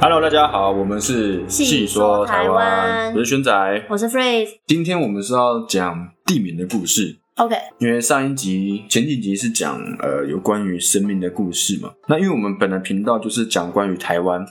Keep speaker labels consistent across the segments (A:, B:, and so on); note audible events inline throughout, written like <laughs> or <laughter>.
A: Hello，大家好，我们是
B: 细说台湾
A: 我是轩仔。
B: 我是 Phrase。
A: 今天我们是要讲地名的故事，
B: OK，
A: 因为上一集、前几集是讲呃有关于生命的故事嘛。那因为我们本来频道就是讲关于台湾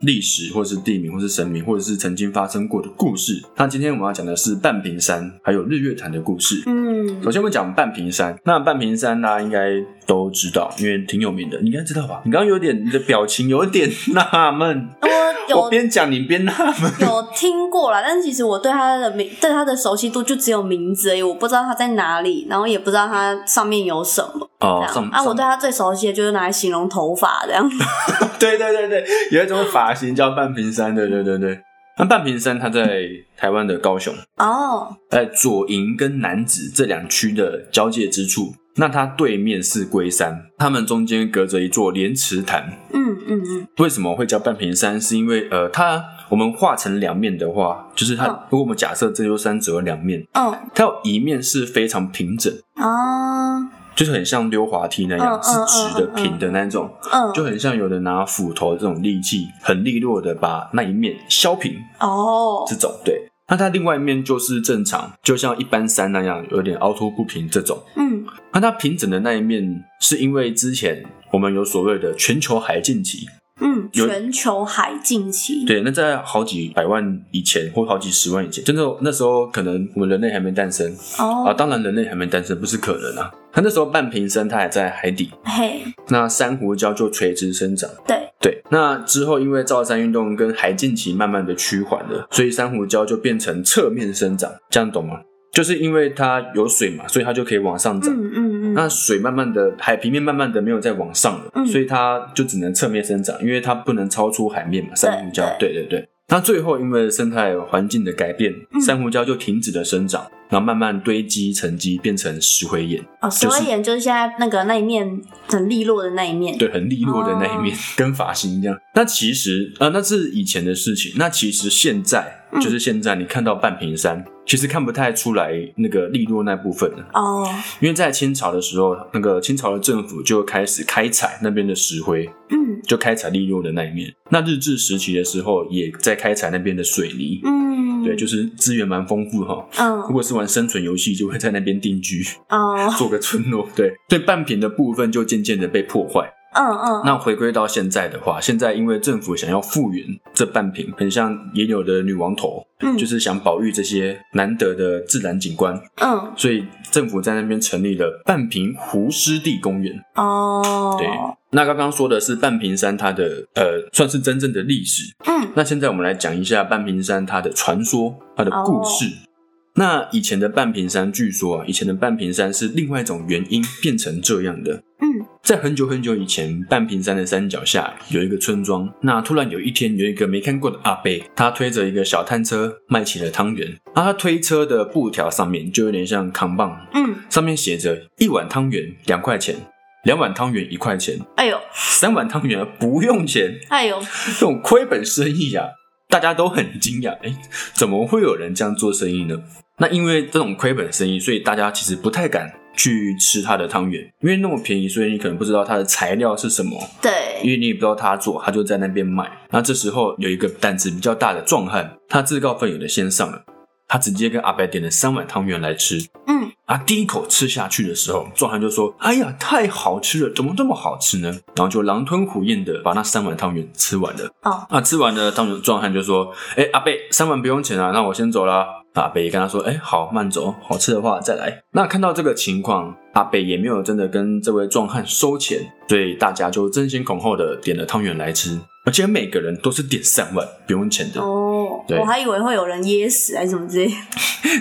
A: 历史，或是地名，或是神明，或者是曾经发生过的故事。那今天我们要讲的是半屏山还有日月潭的故事。
B: 嗯
A: 首，先，我们讲半屏山。那半屏山大家应该都知道，因为挺有名的，你应该知道吧？你刚刚有点你的表情有点纳闷，
B: 我
A: 我
B: 有
A: 边讲你边纳闷。
B: 有听过啦，但其实我对他的名对他的熟悉度就只有名字而已，我不知道他在哪里，然后也不知道他上面有什么。
A: 哦
B: 这，样啊，我对他最熟悉的就是拿来形容头发这样。啊
A: <laughs> 对对对对，有一种发型叫半屏山，对对对对。那半屏山它在台湾的高雄，
B: 哦，
A: 在左营跟南子这两区的交界之处。那它对面是龟山，它们中间隔着一座莲池潭。
B: 嗯嗯嗯，
A: 为什么会叫半屏山？是因为呃，它我们画成两面的话，就是它，
B: 嗯
A: 如果我们假设这座山只有两面，
B: 哦
A: 它有一面是非常平整，
B: 啊，
A: 就是很像溜滑梯那样，
B: 嗯嗯
A: 是直的、
B: 嗯嗯
A: 平的那种。
B: 嗯，
A: 就很像有人拿斧头这种利器，很利落的把那一面削平，
B: 哦
A: 这种对。那它另外一面就是正常，就像一般山那样，有点凹凸不平这种。
B: 嗯
A: 那它平整的那一面，是因为之前我们有所谓的全球海禁期，
B: 嗯，
A: 有
B: 全球海近期。
A: 对，那在好几百万以前或好几十万以前，真的那时候可能我们人类还没诞生啊，
B: 哦，
A: 当然人类还没诞生不是可能啊。它那时候半瓶山它还在海底，
B: 嘿，
A: 那珊瑚礁就垂直生长。
B: 对，
A: 对，那之后因为造山运动跟海近期慢慢的趋缓了，所以珊瑚礁就变成侧面生长，这样懂吗？就是因为它有水嘛，所以它就可以往上涨。
B: 嗯嗯嗯，
A: 那水慢慢的，海平面慢慢的没有再往上了，
B: 嗯
A: 所以它就只能侧面生长，因为它不能超出海面嘛，珊瑚礁。对对对。那最后因为生态环境的改变，
B: 嗯
A: 珊瑚礁就停止了生长，然后慢慢堆积沉积，变成石灰岩。
B: 哦，所
A: 就是
B: 以眼就是现在那个那一面很利落的那一面。
A: 对，很利落的那一面，
B: 哦
A: <laughs> 跟发型一样。那其实呃，那是以前的事情。那其实现在、
B: 嗯
A: 就是现在，你看到半屏山，其实看不太出来那个利落那部分了，
B: 哦，
A: 因为在清朝的时候，那个清朝的政府就开始开采那边的石灰，
B: 嗯
A: 就开采利落的那一面。那日治时期的时候，也在开采那边的水泥。
B: 嗯，
A: 对，就是资源蛮丰富哈。
B: 嗯
A: 如果是玩生存游戏，就会在那边定居， <laughs>
B: 哦，
A: 做个村落。对，对，半屏的部分就渐渐的被破坏。
B: 嗯嗯，
A: 那回归到现在的话，现在因为政府想要复原这半屏，很像也有的女王头，
B: 嗯
A: 就是想保育这些难得的自然景观，
B: 嗯
A: 所以政府在那边成立了半屏湖湿地公园。
B: 哦，
A: 对，那刚刚说的是半屏山它的呃，算是真正的历史。
B: 嗯
A: 那现在我们来讲一下半屏山它的传说，它的故事。
B: 哦
A: 那以前的半屏山，据说啊，以前的半屏山是另外一种原因变成这样的。
B: 嗯
A: 在很久很久以前，半屏山的山脚下有一个村庄。那突然有一天，有一个没看过的阿伯，他推着一个小摊车卖起了汤圆。那他推车的布条上面就有点像扛棒，
B: 嗯，
A: 上面写着一碗汤圆两块钱，两碗汤圆一块钱，
B: 哎呦
A: 三碗汤圆不用钱。
B: 哎呦，
A: 这种亏本生意啊，大家都很惊讶，哎，怎么会有人这样做生意呢？那因为这种亏本生意，所以大家其实不太敢去吃它的汤圆，因为那么便宜，所以你可能不知道它的材料是什么，因
B: 对，
A: 为你也不知道他做，他就在那边卖。那这时候有一个胆子比较大的壮汉，他自告奋勇的先上了，他直接跟阿白点了三碗汤圆来吃。
B: 嗯
A: 啊，第一口吃下去的时候，壮汉就说：“哎呀，太好吃了，怎么这么好吃呢？”然后就狼吞虎咽的把那三碗汤圆吃完了。
B: 哦，
A: 啊，吃完了，当然壮汉就说：“哎、阿贝，三碗不用钱啊，那我先走啦。”阿贝也跟他说：“哎、好，慢走，好吃的话再来。”那看到这个情况，阿贝也没有真的跟这位壮汉收钱，所以大家就争先恐后的点了汤圆来吃，而且每个人都是点三碗，不用钱的，
B: 哦，
A: 对
B: 我还以为会有人噎死还是什么之类，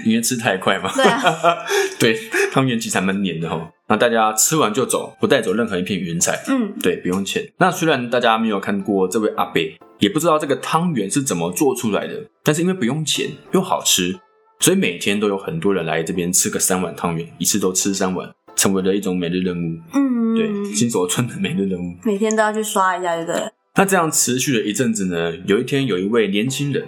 A: 因为吃太快嘛。 <laughs>
B: 对啊，
A: 对，汤圆其实还蛮黏的哈。那大家吃完就走，不带走任何一片云彩。
B: 嗯
A: 对，不用钱。那虽然大家没有看过这位阿伯，也不知道这个汤圆是怎么做出来的，但是因为不用钱又好吃，所以每天都有很多人来这边吃个三碗汤圆，一次都吃三碗，成为了一种每日任务。
B: 嗯，
A: 对，新手村的每日任务。
B: 每天都要去刷一下，对不对？
A: 那这样持续了一阵子呢，有一天有一位年轻人，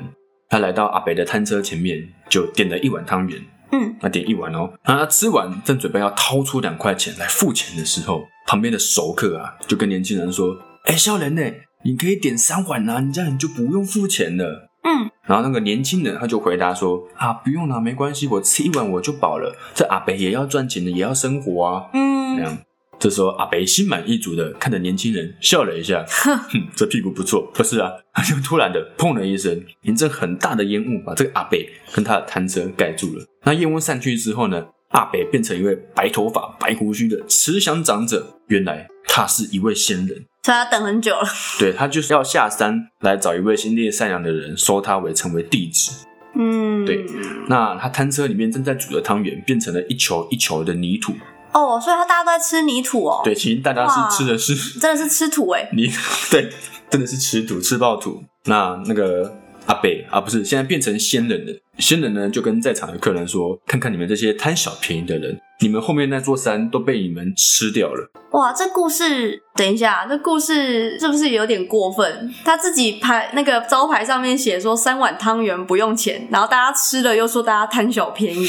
A: 他来到阿北的摊车前面，就点了一碗汤圆。
B: 嗯，
A: 那点一碗哦，那他吃完正准备要掏出两块钱来付钱的时候，旁边的熟客啊就跟年轻人说：“哎、少年呢，你可以点三碗啊，你这样你就不用付钱了。
B: 嗯，
A: 然后那个年轻人他就回答说：“啊，不用啦、没关系，我吃一碗我就饱了。这阿北也要赚钱的，也要生活啊。”那
B: 嗯，
A: 样，这时候阿北心满意足的看着年轻人笑了一下，哼，这屁股不错。不是啊，他就突然的砰了一声，一阵很大的烟雾把这个阿北跟他的弹舌盖住了。那烟雾散去之后呢，阿北变成一位白头发、白胡须的慈祥长者。原来他是一位仙人，
B: 所以他等很久了。
A: 对他就是要下山来找一位心地善良的人，收他为成为弟子。
B: 嗯，
A: 对。那他摊车里面正在煮的汤圆变成了一球一球的泥土。
B: 哦，所以他大家都在吃泥土哦。，
A: 对，其实大家
B: 哇
A: 是吃的是
B: 真的是吃土哎。
A: 你 <laughs> 对，真的是吃土吃爆土。那那个阿北啊，不是现在变成仙人了。仙人呢，就跟在场的客人说：“看看你们这些贪小便宜的人，你们后面那座山都被你们吃掉了。
B: 哇，这故事，等一下，这故事是不是有点过分？他自己牌那个招牌上面写说三碗汤圆不用钱，然后大家吃了又说大家贪小便宜，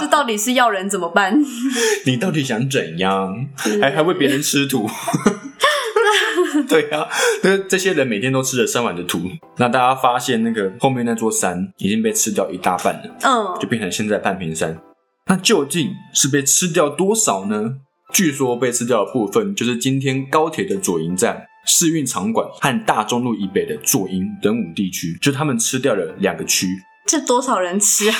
B: 这到底是要人怎么
A: <laughs>
B: 办？
A: 你到底想怎样？还还为别人吃土？” <laughs> 对啊，那这些人每天都吃了三碗的土。那大家发现那个后面那座山已经被吃掉一大半了。
B: 嗯
A: 就变成现在半屏山。那究竟是被吃掉多少呢？据说被吃掉的部分就是今天高铁的左营站、市运场馆和大中路以北的左营等五地区，就他们吃掉了两个区。
B: 这多少人吃啊？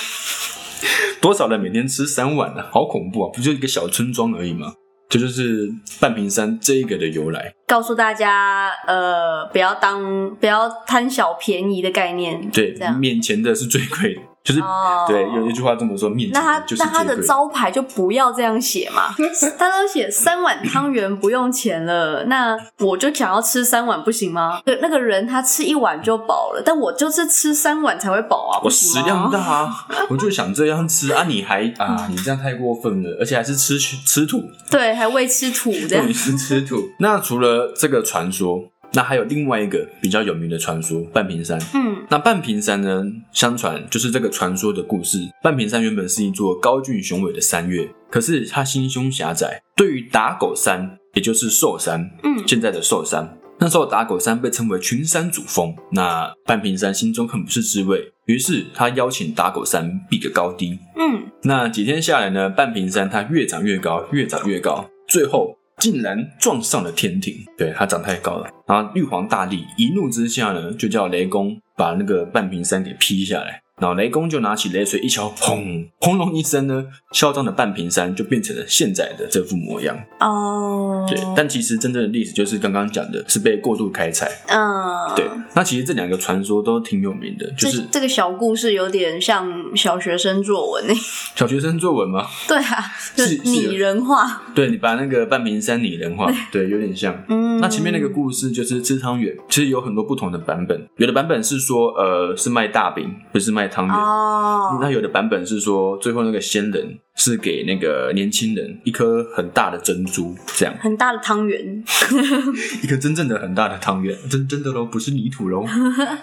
A: 多少人每天吃三碗呢、啊？好恐怖啊！不就一个小村庄而已吗？这就是半屏山这一个的由来。
B: 告诉大家，呃，不要当不要贪小便宜的概念。
A: 对
B: 这样，
A: 面前的是最贵的，就是、
B: 啊哦
A: 对，有一句话这么说，面
B: 那
A: 前
B: 他
A: 的就是
B: 那
A: 最
B: 他
A: 贵
B: 的招牌就不要这样写嘛， <laughs> 他都写三碗汤圆不用钱了，那我就想要吃三碗不行吗？对，那个人他吃一碗就饱了，但我就是吃三碗才会饱啊，
A: 我
B: 不
A: 食
B: 行
A: 量
B: 吗？
A: 大啊，哦 <laughs> 我就想这样吃啊！你还啊，你这样太过分了，而且还是吃吃土，
B: 对，还喂吃土这样
A: 重点。是吃 <laughs> 土。那除了这个传说，那还有另外一个比较有名的传说——半屏山。
B: 嗯
A: 那半屏山呢？相传就是这个传说的故事。半屏山原本是一座高峻雄伟的山岳，可是它心胸狭窄。对于打狗山，也就是寿山，
B: 嗯
A: 现在的寿山，那时候打狗山被称为群山主峰。那半屏山心中很不是滋味，于是他邀请打狗山比个高低。
B: 嗯，
A: 那几天下来呢，半屏山它越长越高，越长越高，最后竟然撞上了天庭。对，它长太高了。然后玉皇大帝一怒之下呢，就叫雷公把那个半屏山给劈下来。然后雷公就拿起雷锤一敲，砰！轰隆一声呢，嚣张的半屏山就变成了现在的这副模样。
B: 哦，
A: 对，但其实真正的历史就是刚刚讲的，是被过度开采。
B: 嗯，
A: 对，那其实这两个传说都挺有名的，就
B: 这
A: 是
B: 这个小故事有点像小学生作文诶，
A: 小学生作文嘛，
B: <laughs> 对啊，就是
A: 是
B: 拟人化，
A: 对你把那个半屏山拟人化，对，有点像。
B: 嗯，
A: 那前面那个故事就是吃汤圆，其实有很多不同的版本，有的版本是说，呃，是卖大饼，不是卖汤圆。
B: 哦，
A: 那有的版本是说，最后那个仙人是给那个年轻人一颗很大的珍珠，这样
B: 很大的汤圆，
A: 一颗真正的很大的汤圆，真真的喽，不是泥土
B: <laughs>
A: 喽，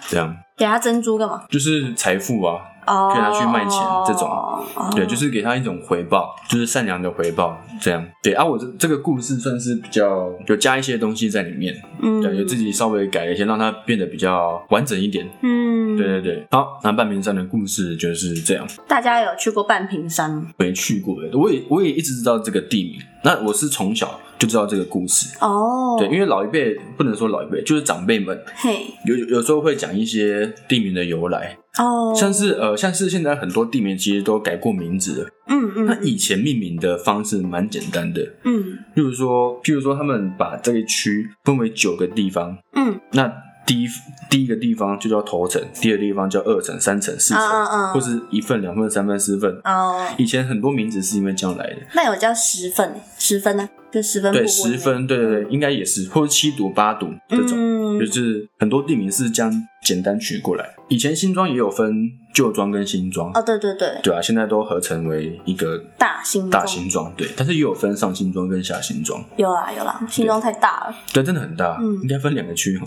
A: 这样
B: 给他珍珠干嘛？
A: 就是财富啊，
B: 哦，
A: 可以拿去卖钱这种
B: 哦
A: 对，就是给他一种回报，就是善良的回报，这样。对啊，我这这个故事算是比较有加一些东西在里面，
B: 嗯，
A: 对，有自己稍微改了一些，让它变得比较完整一点。
B: 嗯，
A: 对对对，好，那半屏山的故事就是这样。
B: 大家有去过半屏山吗
A: 没去过的，我也我也一直知道这个地名。那我是从小就知道这个故事，
B: 哦，
A: 对，因为老一辈不能说老一辈，就是长辈们
B: 嘿，
A: 有有有时候会讲一些地名的由来，
B: 哦，
A: 像是呃像是现在很多地名其实都改过名字了。
B: 嗯
A: 那
B: 嗯
A: 以前命名的方式蛮简单的，
B: 嗯
A: 例如说，譬如说，他们把这一区分为九个地方，
B: 嗯
A: 那第一第一个地方就叫头城，第二个地方叫二城、三城、四城，
B: 嗯嗯嗯
A: 或是一份、两份、三份、四份。
B: 哦，
A: 以前很多名字是因为这样来的，
B: 那有叫十分十分呢，就十分嗯
A: 对，
B: 瀑布那
A: 十分，对对对，应该也是，或者七堵、八堵这种，
B: 嗯
A: 就是很多地名是这样简单取过来。以前新庄也有分旧庄跟新庄，
B: 哦，对对对，
A: 对啊，现在都合成为一个
B: 大新
A: 大
B: 庄
A: 新庄，对，但是也有分上新庄跟下新庄。
B: 有啦有啦，新庄太大了，
A: 对，真的很大，
B: 嗯
A: 应该分两个区哈。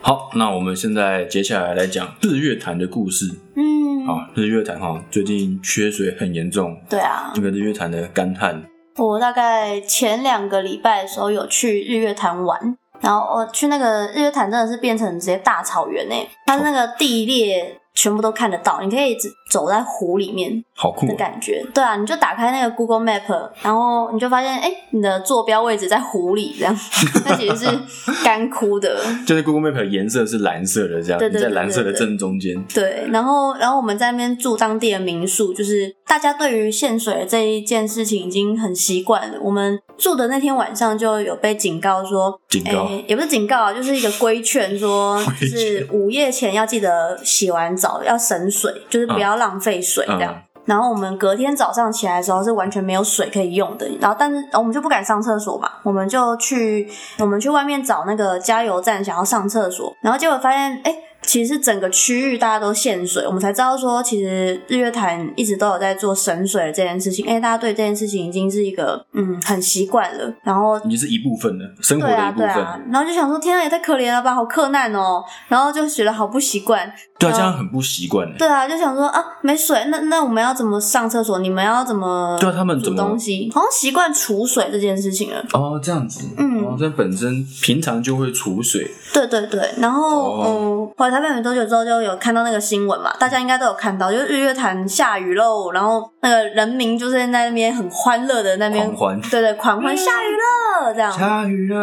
A: 好，那我们现在接下来来讲日月潭的故事
B: 嗯，
A: 啊。日月潭哈，最近缺水很严重，
B: 对啊，
A: 那个日月潭的干旱，
B: 我大概前两个礼拜的时候有去日月潭玩，然后我去那个日月潭真的是变成直接大草原诶、欸它那个地列全部都看得到，你可以只走在湖里面
A: 好酷
B: 的
A: 哦、
B: 感觉。对啊，你就打开那个 Google Map，然后你就发现哎、诶你的坐标位置在湖里这样， <laughs> 那其实是干枯的。
A: 就是 Google Map 的颜色是蓝色的，这样
B: 对对
A: 你在
B: 对
A: 蓝色的
B: 对对
A: 正中间。
B: 对，然后然后我们在那边住当地的民宿，就是大家对于限水这一件事情已经很习惯了。我们住的那天晚上就有被警告说，
A: 警
B: 诶，
A: 告
B: 也不是警告啊，就是一个规劝
A: <laughs>
B: 说，就
A: 规劝
B: 是午夜前要记得洗完澡要省水，就是不要浪费水这样。
A: 嗯
B: 然后我们隔天早上起来的时候是完全没有水可以用的，然后但是我们就不敢上厕所嘛，我们就去我们去外面找那个加油站想要上厕所，然后结果发现哎。其实整个区域大家都限水，我们才知道说，其实日月潭一直都有在做省水的这件事情。哎，大家对这件事情已经是一个嗯很习惯了，然后
A: 已经是一部分了，生活
B: 对
A: 的
B: 啊
A: 一部
B: 对
A: 分。
B: 啊，然后就想说，天啊，也太可怜了吧，好克难哦，然后就觉得好不习惯，
A: 对啊，
B: 嗯
A: 这样很不习惯欸
B: 对啊，就想说啊，没水，那那我们要怎么上厕所？你们要怎么？
A: 对啊他们怎
B: 煮
A: 么
B: 东西？好像习惯储水这件事情了。
A: 哦，这样子，
B: 嗯
A: 哦，这本身平常就会储水，
B: 对对对，然后、
A: 哦
B: 嗯，回台北没多久之后就有看到那个新闻嘛，大家应该都有看到，就是日月潭下雨喽，然后那个人民就是在那边很欢乐的那边嗯
A: 狂。欢。
B: 对对，狂欢下雨了，这样。
A: 下雨了，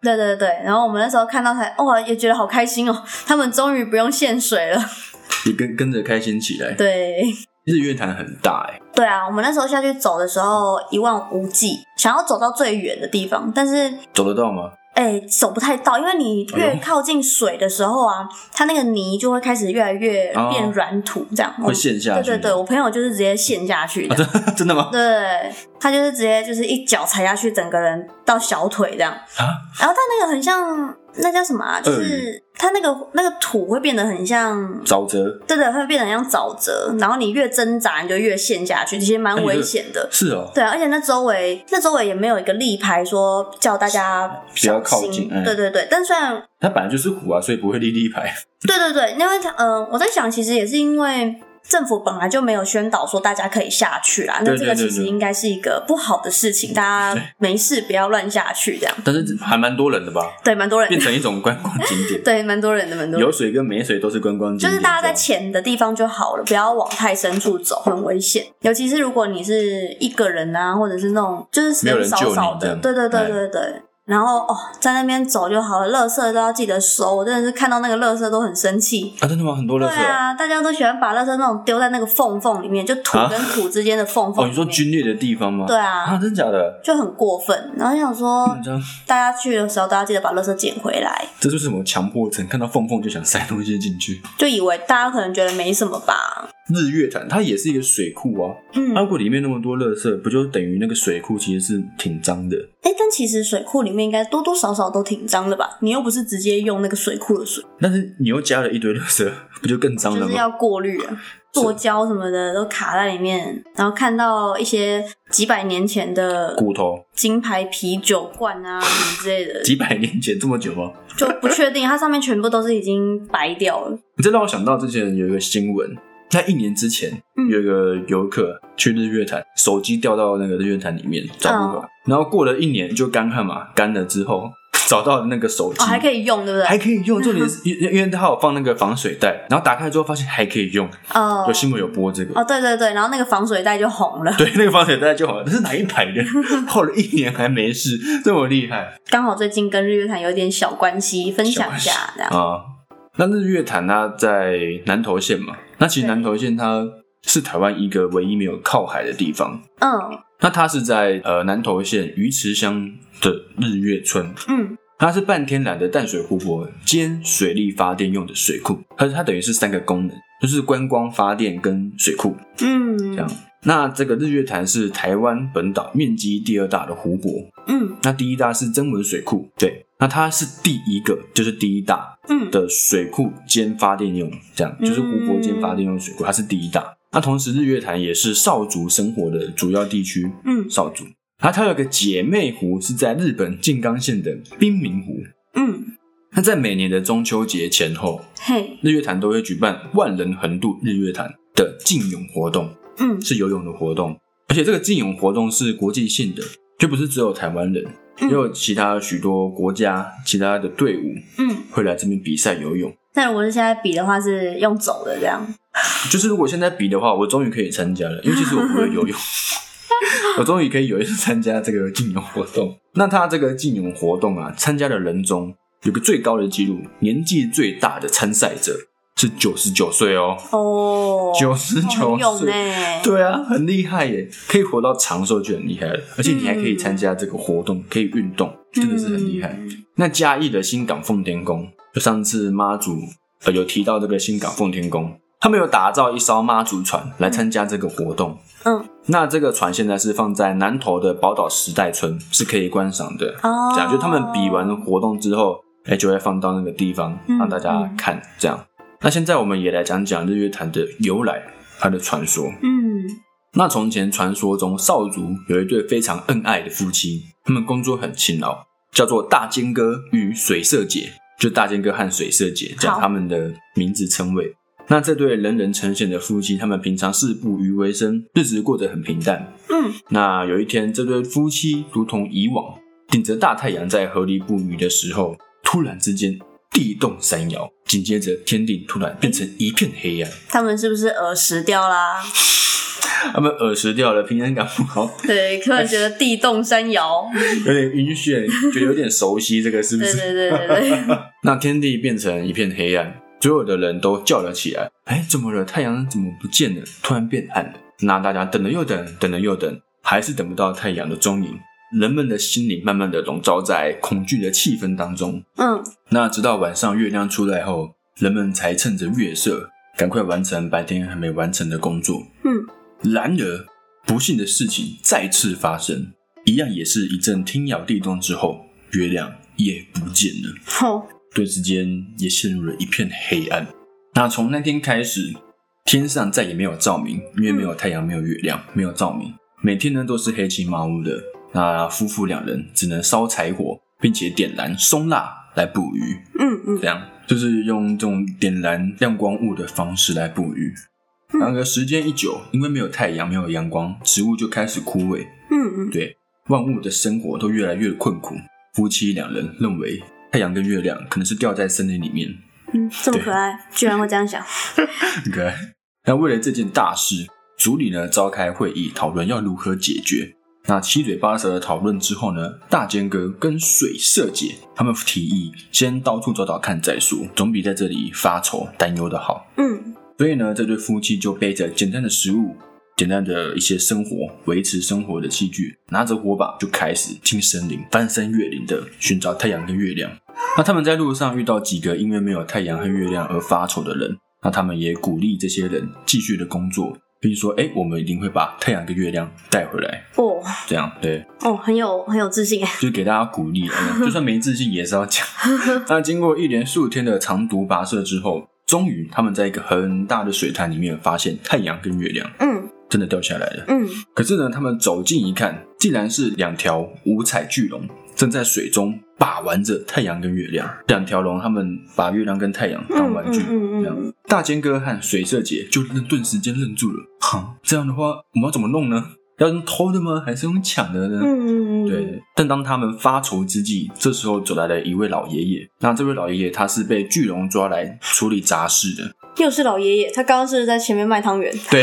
B: 对对对，然后我们那时候看到才，哇，也觉得好开心哦，他们终于不用限水了。
A: 你跟跟着开心起来。
B: 对，
A: 日月潭很大哎、
B: 对啊，我们那时候下去走的时候一望无际，想要走到最远的地方，但是
A: 走得到吗？
B: 哎、走不太到，因为你
A: 哎
B: 越
A: 呦
B: 靠近水的时候啊，它那个泥就会开始越来越
A: 哦
B: 变软土，这样、我
A: 会陷下去。
B: 嗯对对对，我朋友就是直接陷下去的，
A: 对， <laughs> 真的吗？
B: 对，他就是直接就是一脚踩下去，整个人到小腿这样。
A: 啊，
B: 然后他那个很像那叫什么啊？就
A: 鳄鱼
B: 是他那个那个土会变得很像。
A: 沼泽
B: 对对，会变得很像沼泽，然后你越挣扎，你就越陷下去，其实蛮
A: 哎
B: 危
A: 对
B: 险的。
A: 是哦，
B: 对啊，而且那周围那周围也没有一个立牌说叫大家
A: 不要
B: 小
A: 靠
B: 心
A: 近哎
B: 对对对，但虽然
A: 它本来就是湖啊，所以不会立立牌。
B: <laughs> 对对对，因为它嗯、我在想，其实也是因为。政府本来就没有宣导说大家可以下去啦，那
A: 对
B: 这个
A: 对对
B: 其实
A: 对
B: 应该是一个不好的事情，大家没事不要乱下去，这样
A: 但是还蛮多人的吧，
B: 对，蛮多人
A: 变，成一种观光景点。
B: <laughs> 对，蛮多人的，蛮多人
A: 有，水跟没水都是观光景
B: 就
A: 点。
B: 是大家
A: 这
B: 在
A: 样
B: 浅的地方就好了，不要往太深处走，很危险。尤其是如果你是一个人啊，或者是那种就是时
A: 没有
B: 间
A: 人
B: 少
A: 救你
B: 少
A: 这
B: 的，
A: 样
B: 对对对
A: 哎
B: 对对。然后哦，在那边走就好了，垃圾都要记得收。我真的是看到那个垃圾都很生气，
A: 啊，真的吗？很多
B: 对
A: 乐色、哦。
B: 啊，大家都喜欢把垃圾那种丢在那个缝缝里面，就土
A: 啊
B: 跟土之间的缝缝、
A: 哦，你说？军略的地方吗？
B: 对啊，
A: 啊，嗯真假的？
B: 就很过分。然后想说
A: 你，这样，
B: 大家去的时候都要记得把垃圾捡回来，
A: 这就是什么强迫症？看到缝缝就想塞东西进去。
B: 就以为大家可能觉得没什么吧。
A: 日月潭它也是一个水库啊，
B: 嗯，
A: 那
B: 哎、
A: 如果里面那么多垃圾，不就等于那个水库其实是挺脏的？
B: 但其实水库里面应该多多少少都挺脏的吧？你又不是直接用那个水库的水，
A: 但是你又加了一堆垃圾，不就更脏
B: 就
A: 了
B: 是
A: 吗？
B: 要过滤啊。塑胶什么的都卡在里面，然后看到一些几百年前的
A: 骨头
B: 金牌啤酒罐啊什么之类的，
A: 几百年前这么久吗？
B: 就不确定，它上面全部都是已经白掉了。
A: 你这让我想到之前有一个新闻，在一年之前
B: 嗯
A: 有一个游客去日月潭，手机掉到那个日月潭里面找不回
B: 嗯
A: 来，然后过了一年就干旱嘛，干了之后找到那个手机
B: 哦，，还可以嗯用，对不
A: 还
B: 对？
A: 可以用，重点是因因为它有放那个防水袋，然后打开之后发现还可以用，
B: 哦
A: 有新闻有播这个。
B: 哦，对对对，然后那个防水袋就红了，
A: 对，那个防水袋就好了，那是哪一排
B: <laughs>
A: 的？泡了一年还没事，这么厉害
B: 刚好最近跟日月潭有点小关系，分享一
A: 小
B: 下这样。
A: 啊！那日月潭它在南投县嘛，那其实
B: 对
A: 南投县它是台湾一个唯一没有靠海的地方。
B: 嗯
A: 那它是在呃南投县鱼池乡的日月村，
B: 嗯，
A: 它是半天然的淡水湖泊兼水力发电用的水库，它它等于是三个功能，就是观光发电跟水库。
B: 嗯，
A: 这样那这个日月潭是台湾本岛面积第二大的湖泊，
B: 嗯
A: 那第一大是曾文水库，对，那它是第一个，就是第一大
B: 嗯
A: 的水库兼发电用，这样就是湖泊兼发电用水库，它是第一大。那同时，日月潭也是少族生活的主要地区，
B: 嗯
A: 少族。那它有个姐妹湖是在日本静冈县的滨名湖。
B: 嗯，
A: 那在每年的中秋节前后，
B: 嘿，
A: 日月潭都会举办万人横渡日月潭的竞泳活动，
B: 嗯
A: 是游泳的活动，而且这个竞泳活动是国际性的，就不是只有台湾人。也有其他许多国家、其他的队伍
B: 嗯，
A: 会来这边比赛游泳。
B: 但如果是现在比的话，是用走的这样。
A: 就是如果现在比的话，我终于可以参加了，
B: <laughs>
A: 因为其实我不会游泳， <laughs> 我终于可以有一次参加这个竞泳活动。那他这个竞泳活动啊，参加的人中有个最高的记录，年纪最大的参赛者是九十九岁哦，
B: 哦，
A: 九十九
B: 很勇欸
A: 岁。
B: 呢。
A: 对啊，很厉害耶！可以活到长寿就很厉害了，而且你还可以参加这个活动，可以运动，真的是很厉害。
B: 嗯
A: 那嘉义的新港奉天宫，就上次妈祖呃有提到这个新港奉天宫，他们有打造一艘妈祖船来参加这个活动。
B: 嗯，
A: 那这个船现在是放在南投的宝岛时代村，是可以观赏的。
B: 哦，
A: 这样就他们比完活动之后，哎、就会放到那个地方
B: 嗯
A: 让大家看。这样，那现在我们也来讲讲日月潭的由来，它的传说。
B: 嗯
A: 那从前传说中，少族有一对非常恩爱的夫妻，他们工作很勤劳，叫做大尖哥与水色姐，就大尖哥和水色姐，讲
B: 好
A: 他们的名字称谓。那这对人人称羡的夫妻，他们平常是捕鱼为生，日子过得很平淡。
B: 嗯
A: 那有一天，这对夫妻如同以往，顶着大太阳在河里捕鱼的时候，突然之间地动山摇，紧接着天地突然变成一片黑暗，
B: 他们是不是耳石掉啦？
A: 他们耳石掉了，平安感不好。
B: 对，突然觉得地动
A: <laughs>
B: 山摇。
A: 有点晕眩， <laughs> 觉得有点熟悉，这个是不
B: 对
A: 是？
B: 对对对对，
A: 那天地变成一片黑暗，所有的人都叫了起来：“哎，怎么了？太阳怎么不见了？突然变暗了。”那大家等了又等，等了又等，还是等不到太阳的踪影。人们的心里慢慢的笼罩在恐惧的气氛当中。
B: 嗯
A: 那直到晚上月亮出来后，人们才趁着月色，赶快完成白天还没完成的工作。
B: 嗯，
A: 然而，不幸的事情再次发生，一样也是一阵天摇地动之后，月亮也不见了，
B: 吼，
A: 顿时间也陷入了一片黑暗。那从那天开始，天上再也没有照明，因为没有太阳，没有月亮，没有照明，每天呢都是黑漆麻乌的。那夫妇两人只能烧柴火，并且点燃松蜡来捕鱼。
B: 嗯嗯
A: 这样就是用这种点燃亮光物的方式来捕鱼。
B: 嗯
A: 然而时间一久，因为没有太阳、没有阳光，植物就开始枯萎，
B: 嗯嗯，
A: 对万物的生活都越来越困苦。夫妻两人认为太阳跟月亮可能是掉在森林里面，
B: 嗯，这么
A: 对
B: 可爱，居然会这样想。
A: 很可爱。那为了这件大事，组里呢召开会议讨论要如何解决。那七嘴八舌的讨论之后呢，大间哥跟水社姐他们提议先到处找找看再说，总比在这里发愁担忧的好。
B: 嗯
A: 所以呢，这对夫妻就背着简单的食物、简单的一些生活维持生活的器具，拿着火把就开始进森林，翻山越岭的寻找太阳跟月亮。那他们在路上遇到几个因为没有太阳和月亮而发愁的人，那他们也鼓励这些人继续的工作，并说：“哎，我们一定会把太阳跟月亮带回来。
B: 哦”
A: 这样对。
B: 哦，很有很有自信哎。
A: 就是给大家鼓励啊，就算没自信也是要讲。 <laughs> 那经过一连数天的长途跋涉之后，终于他们在一个很大的水潭里面发现太阳跟月亮
B: 嗯
A: 真的掉下来了。
B: 嗯，
A: 可是呢，他们走近一看，竟然是两条五彩巨龙正在水中把玩着太阳跟月亮。两条龙他们把月亮跟太阳当玩具，
B: 嗯嗯嗯嗯
A: 这样。大尖哥和水色姐就愣顿时间愣住了。哈，这样的话我们要怎么弄呢？要用偷的吗？还是用抢的呢？
B: 嗯嗯嗯，
A: 对，但当他们发愁之际，这时候走来了一位老爷爷。那这位老爷爷他是被巨龙抓来处理杂事的，
B: 又是老爷爷，他刚刚是不是在前面卖汤圆， <laughs>
A: 对，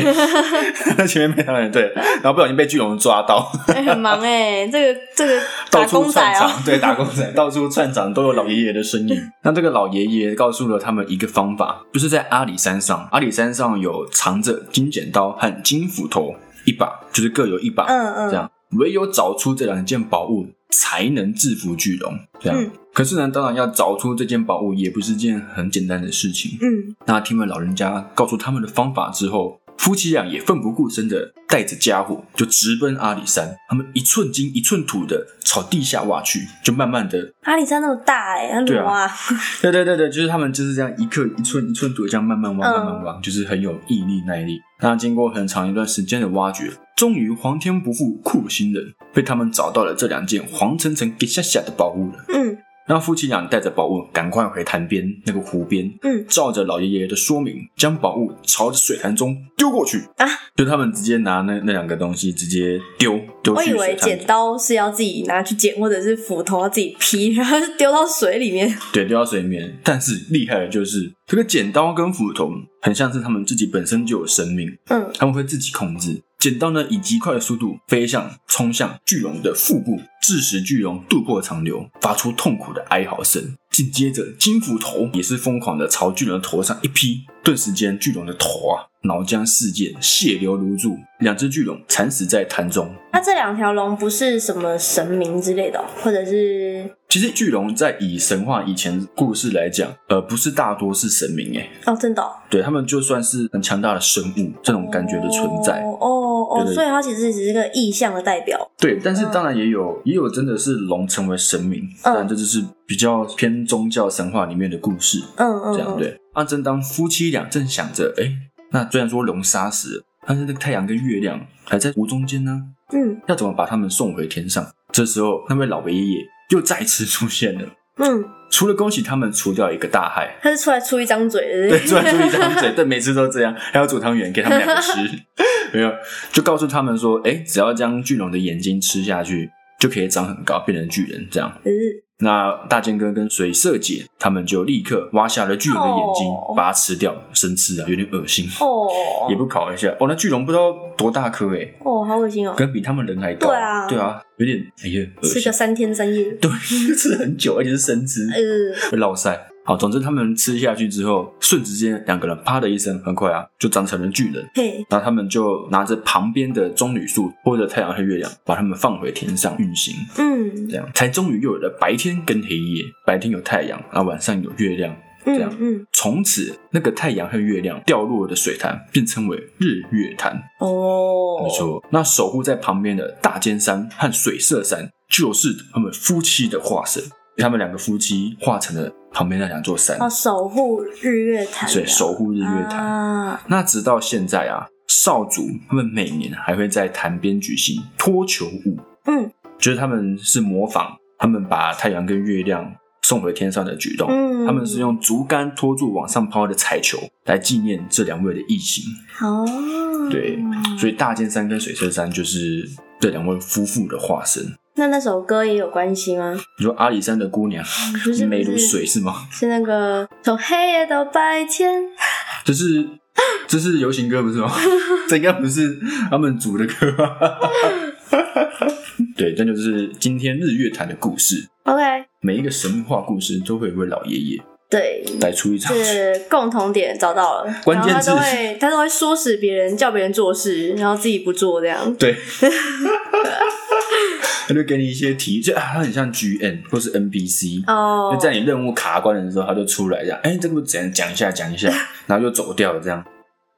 A: 在前面被他们对，然后不小心被巨龙抓到，
B: 哎很忙哎，这个这个
A: <laughs> 到
B: 打
A: 处
B: 工仔
A: 串
B: 哦，嗯
A: 场，对，打工仔到处串场都有老爷爷的身影。那这个老爷爷告诉了他们一个方法，就是在阿里山上，阿里山上有藏着金剪刀和金斧头一把，就是各有一把，
B: 嗯嗯，
A: 这样，唯有找出这两件宝物，才能制服巨龙。这样，
B: 嗯
A: 可是呢，当然要找出这件宝物也不是件很简单的事情。
B: 嗯
A: 那听了老人家告诉他们的方法之后，夫妻俩也奋不顾身的带着家伙就直奔阿里山。他们一寸金一寸土的朝地下挖去，就慢慢的，
B: 阿里山那么大哎，很
A: 对啊
B: 挪啊，
A: 对对对对，就是他们就是这样一刻一寸一寸土地这样慢慢挖，
B: 嗯
A: 慢慢挖，就是很有毅力耐力。那经过很长一段时间的挖掘，终于皇天不负苦心人，被他们找到了这两件黄澄澄、给下下的宝物了。
B: 嗯
A: 让夫妻俩带着宝物赶快回潭边那个湖边，
B: 嗯，
A: 照着老爷爷的说明，将宝物朝着水潭中丢过去
B: 啊！
A: 就他们直接拿那那两个东西直接丢丢
B: 我
A: 去
B: 以为
A: 水潭
B: 剪，刀是要自己拿去剪，或者是斧头要自己劈， <laughs> 然后丢到水里面。
A: 对，丢到水里面。但是厉害的就是这个剪刀跟斧头，很像是他们自己本身就有生命，
B: 嗯，
A: 他们会自己控制。剪刀呢，以极快的速度飞向冲向巨龙的腹部，致使巨龙渡破长流，发出痛苦的哀嚎声。紧接着，金斧头也是疯狂的朝巨龙的头上一劈，顿时间巨龙的头啊脑浆四溅，血流如注，两只巨龙惨死在潭中。
B: 那这两条龙不是什么神明之类的哦，或者是
A: 其实巨龙在以神话以前故事来讲，呃，不是大多是神明欸诶，
B: 哦，真的哦
A: 对他们就算是很强大的生物这种感觉的存在。
B: 哦哦，
A: 对
B: 哦
A: 对
B: 所以它其实只是个意象的代表。
A: 对，但是
B: 嗯
A: 当然也有、也有真的是龙成为神明，当然这就是比较偏宗教神话里面的故事，
B: 嗯嗯，
A: 这样
B: 嗯。
A: 对。那、正当夫妻俩正想着，哎，那虽然说龙杀死了，但是那个太阳跟月亮还在湖中间呢，
B: 嗯
A: 要怎么把他们送回天上？这时候那位老爷爷又再次出现了，
B: 嗯，
A: 除了恭喜他们除掉一个大害，
B: 它是出来出一张嘴的，
A: <laughs> 对，突然出一张嘴，对，每次都这样，还要煮汤圆给他们两个
B: <laughs>
A: 吃，没有，就告诉他们说，哎，只要将巨龙的眼睛吃下去，就可以长很高，变成巨人这样。
B: 嗯
A: 那大剑哥跟水色姐他们就立刻挖下了巨龙的眼睛，
B: 哦
A: 把它吃掉，生吃啊，有点恶心，
B: 哦
A: 也不烤一下。哦，那巨龙不知道多大颗诶，
B: 哦，好恶心哦
A: 可，能比他们人还高。
B: 对啊
A: 对啊，有点哎呀，恶
B: 吃个
A: 心。
B: 三天三夜。
A: 对， <laughs> 吃很久，而且是生吃。
B: 呃，
A: 会落腮。好，总之他们吃下去之后，瞬之间两个人啪的一声，很快啊就长成了巨人。
B: 嘿，
A: 然后他们就拿着旁边的棕榈树或者太阳和月亮，把他们放回天上运行，
B: 嗯
A: 这样才终于又有了白天跟黑夜。白天有太阳，啊晚上有月亮。这
B: 嗯
A: 样
B: 嗯，
A: 从此，那个太阳和月亮掉落的水潭便称为日月潭。
B: 哦，
A: 没错，那守护在旁边的大尖山和水色山就是他们夫妻的化身，他们两个夫妻化成了旁边那两座山。
B: 哦，守护日月潭啊，
A: 所以守护日
B: 日
A: 月潭。
B: 啊，
A: 那直到现在啊，少主他们每年还会在潭边举行脱球舞，
B: 嗯
A: 就是他们是模仿他们把太阳跟月亮送回天上的举动。
B: 嗯，
A: 哦他们是用竹竿拖住往上抛的彩球来纪念这两位的异形，
B: 哦，
A: 对，
B: 嗯
A: 所以大剑山跟水色山就是这两位夫妇的化身。
B: 那那首歌也有关系吗？
A: 你说阿里山的姑娘
B: 不是，
A: 美如
B: 不是
A: 水是吗？
B: 是那个从黑夜到白天，
A: 这是这是流行歌不是
B: <laughs>
A: 吗？这应该不是他们组的歌吧？ <laughs> 对，这就是今天日月潭的故事。
B: OK，
A: 每一个神话故事都会有位老爷爷
B: 对，
A: 来出一场，
B: 是共同点找到了，
A: 关键
B: 然后
A: 字
B: 他都会他都会唆使别人叫别人做事，然后自己不做这样。
A: <laughs> 对， <laughs> 他就给你一些题，就啊，他很像 GN 或是 NPC，
B: 哦
A: 就，在你任务卡关的时候，他就出来这样，哎、这个怎样讲一下讲一
B: <laughs>
A: 下，然后就走掉了这样。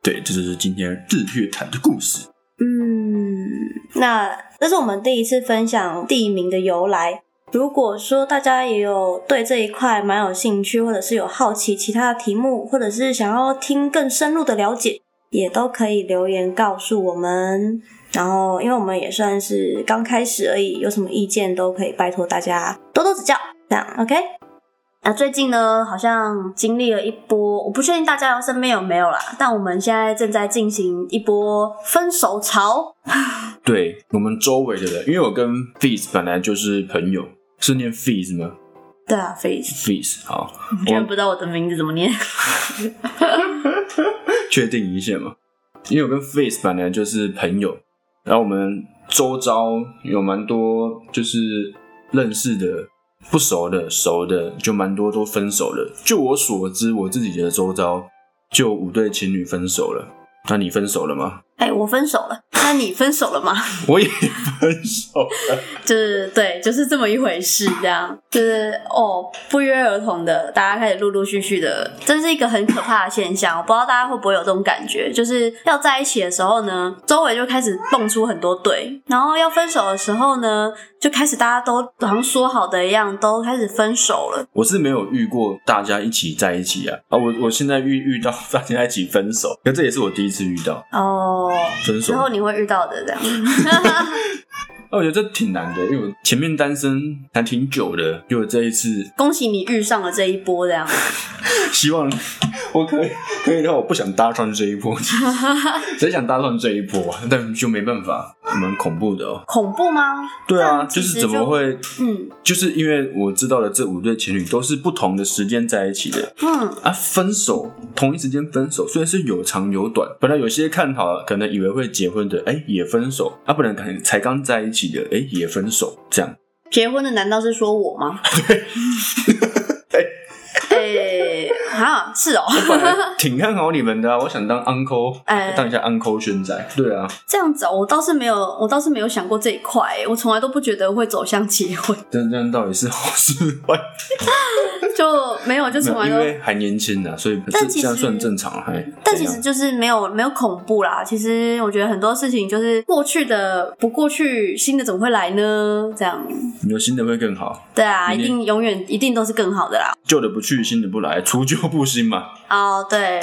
A: 对，这就是今天日月潭的故事。
B: 嗯，那这是我们第一次分享地名的由来。如果说大家也有对这一块蛮有兴趣，或者是有好奇其他的题目，或者是想要听更深入的了解，也都可以留言告诉我们。然后，因为我们也算是刚开始而已，有什么意见都可以拜托大家多多指教。这样，OK？那最近呢，好像经历了一波，我不确定大家身边有没有啦，但我们现在正在进行一波分手潮。
A: 对我们周围的人，因为我跟 Fees 本来就是朋友，是念 Fees 吗
B: 对啊，非
A: ？Fees 好，
B: 居然不知道我的名字怎么念。 <laughs>
A: 确定一下嘛。因为我跟 Fees 本来就是朋友，然后我们周遭有蛮多就是认识的、不熟的、熟的，就蛮多都分手了。就我所知，我自己的周遭就五对情侣分手了。那你分手了吗？
B: 哎、我分手了，那你分手了吗？ <laughs>
A: 我也分手了。
B: 就是对，就是这么一回事，这样就是哦，不约而同的，大家开始陆陆续续的，这是一个很可怕的现象。我不知道大家会不会有这种感觉，就是要在一起的时候呢，周围就开始蹦出很多对，然后要分手的时候呢，就开始大家都好像说好的一样，都开始分手了。
A: 我是没有遇过大家一起在一起啊啊！我我现在遇遇到大家一起分手，可这也是我第一次遇到
B: 哦，
A: 分
B: 之
A: 手。
B: 后你会遇到的，这样。
A: 那啊我觉得这挺难的，因为我前面单身还挺久的，因为我这一次
B: <laughs>
A: <laughs>
B: 恭喜你遇上了这一波，这样
A: 希望我可以可以的话，我不想搭上这一
B: <laughs>
A: 波，谁想搭上这一波啊？但就没办法，蛮恐怖的哦。
B: 恐怖吗？
A: 对
B: 这
A: 啊，
B: 样其
A: 就
B: 实
A: 是怎么会？
B: 嗯
A: 就是因为我知道的这五对情侣都是不同的时间在一起的
B: 嗯，
A: 啊，分手同一时间分手，虽然是有长有短。本来有些看好了，可能以为会结婚的，哎、也分手；啊，本来可能才刚在一起的，哎、也分手。这样 <laughs>
B: 结婚的难道是说我吗？对， <laughs> 哎，哈，是哦，
A: 本来挺看好你们的、啊，我想当 uncle，、
B: <laughs> 哎
A: 当一下 uncle 宣仔。对啊，
B: 这样子哦、我倒是没有，我倒是没有想过这一块，我从来都不觉得会走向
A: <laughs>
B: 结婚，
A: 这样这样到底是好是 <laughs> 坏？
B: 就没有，就从
A: 没
B: 来
A: 有因
B: 都。
A: 为还年轻呢、啊，所以
B: 但
A: 这
B: 其实
A: 这样算正常。啊哎还
B: 但
A: 怎
B: 其
A: 样
B: 实就是没有没有恐怖啦，其实我觉得很多事情就是过去的不过去，新的怎么会来呢？这样，
A: 有新的会更好，
B: 对啊，一
A: 明年
B: 定永远一定都是更好的啦。
A: 旧的不去，新的不来， <laughs> 除旧布新嘛。<laughs>
B: 哦，对，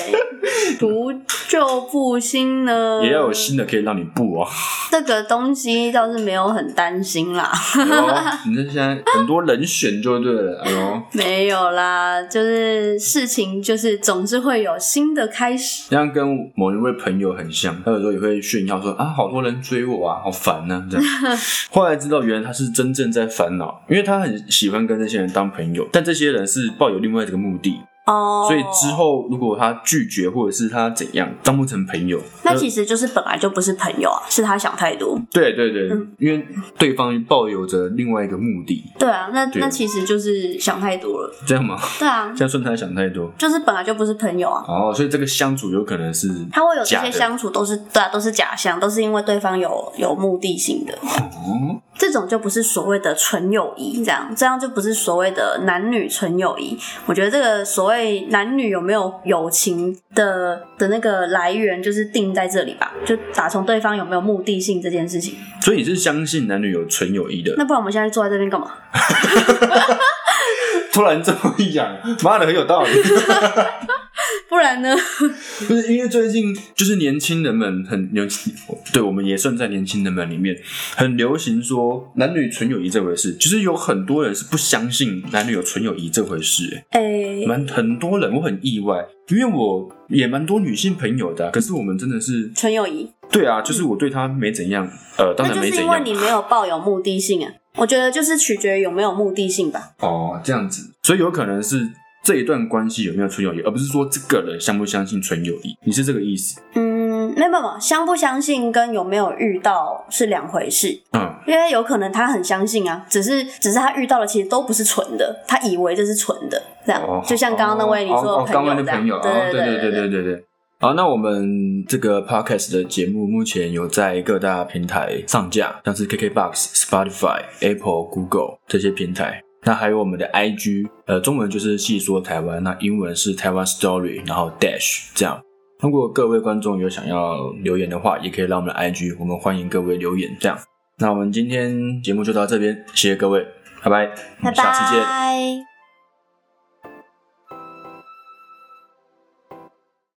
B: 除旧布新呢，
A: 也要有新的可以让你布
B: <laughs>
A: 啊！
B: 这个东西倒是没有很担心啦，
A: 哎呦，你这现在很多人选就对了。哎呦，
B: 没有啦，就是事情就是总是会有新的开始。
A: 这样跟某一位朋友很像，他有时候也会炫耀说啊，好多人追我啊，好烦啊这样。
B: <laughs>
A: 后来知道原来他是真正在烦恼，因为他很喜欢跟这些人当朋友，但这些人是抱有另外一个目的，
B: 哦，
A: 所以之后如果他拒绝或者是他怎样当不成朋友，
B: 那
A: 就
B: 其实就是本来就不是朋友啊，是他想太多。
A: 对对对
B: 嗯，
A: 因为对方抱有着另外一个目的，
B: 对啊，那
A: 对
B: 那其实就是想太多了。
A: 这样
B: <laughs>
A: 吗？
B: 对啊
A: 这，样算他想太多
B: 就是本来就不是朋友啊。
A: 哦，所以这个相处有可能是
B: 他会有这
A: 假
B: 些
A: 的
B: 相处都是对啊，都是假象，都是因为对方有有目的性的。
A: 哦，
B: 这种就不是所谓的纯友谊，这样这样就不是所谓的男女纯友谊。我觉得这个所谓男女有没有友情的的那个来源，就是定在这里吧，就打从对方有没有目的性这件事情。
A: 所以你是相信男女有纯友谊的
B: 那？不然我们现在坐在这边干嘛？
A: 突然这么一讲，妈的很有道理。
B: 不然呢？
A: 不是因为最近就是年轻人们很年轻，对我们也算在年轻人们里面，很流行说男女纯友谊这回事。其实有很多人是不相信男女有纯友谊这回事、欸
B: 哎、
A: 蛮很多人我很意外，因为我也蛮多女性朋友的啊、可是我们真的是
B: 纯友谊，
A: 对啊，就是我对她没怎样，呃，当然
B: 那就
A: 没
B: 是
A: 怎
B: 因为
A: 样
B: 你没有抱有目的性啊。我觉得就是取决于有没有目的性吧。
A: 哦，这样子，所以有可能是。这一段关系有没有纯友谊，而不是说这个人相不相信纯友谊，你是这个意思？
B: 嗯，没有没有没有，相不相信跟有没有遇到是两回事。
A: 嗯，
B: 因为有可能他很相信啊，只是只是他遇到的其实都不是纯的，他以为这是纯的，这样、
A: 哦，
B: 就像刚刚那位你
A: 哦
B: 说
A: 哦刚刚
B: 的
A: 那
B: 朋
A: 朋友，
B: 友这
A: 哦
B: 样，
A: 对对
B: 对对
A: 对对对。好，那我们这个 podcast 的节目目前有在各大平台上架，像是 KKBox、Spotify、Apple、Google 这些平台。那还有我们的 IG，呃，中文就是细说台湾，那英文是台湾 Story，然后 Dash 这样。如果各位观众有想要留言的话，也可以让我们的 IG，我们欢迎各位留言这样。那我们今天节目就到这边，谢谢各位，拜拜，我
B: 拜
A: 们下次见。
B: 拜。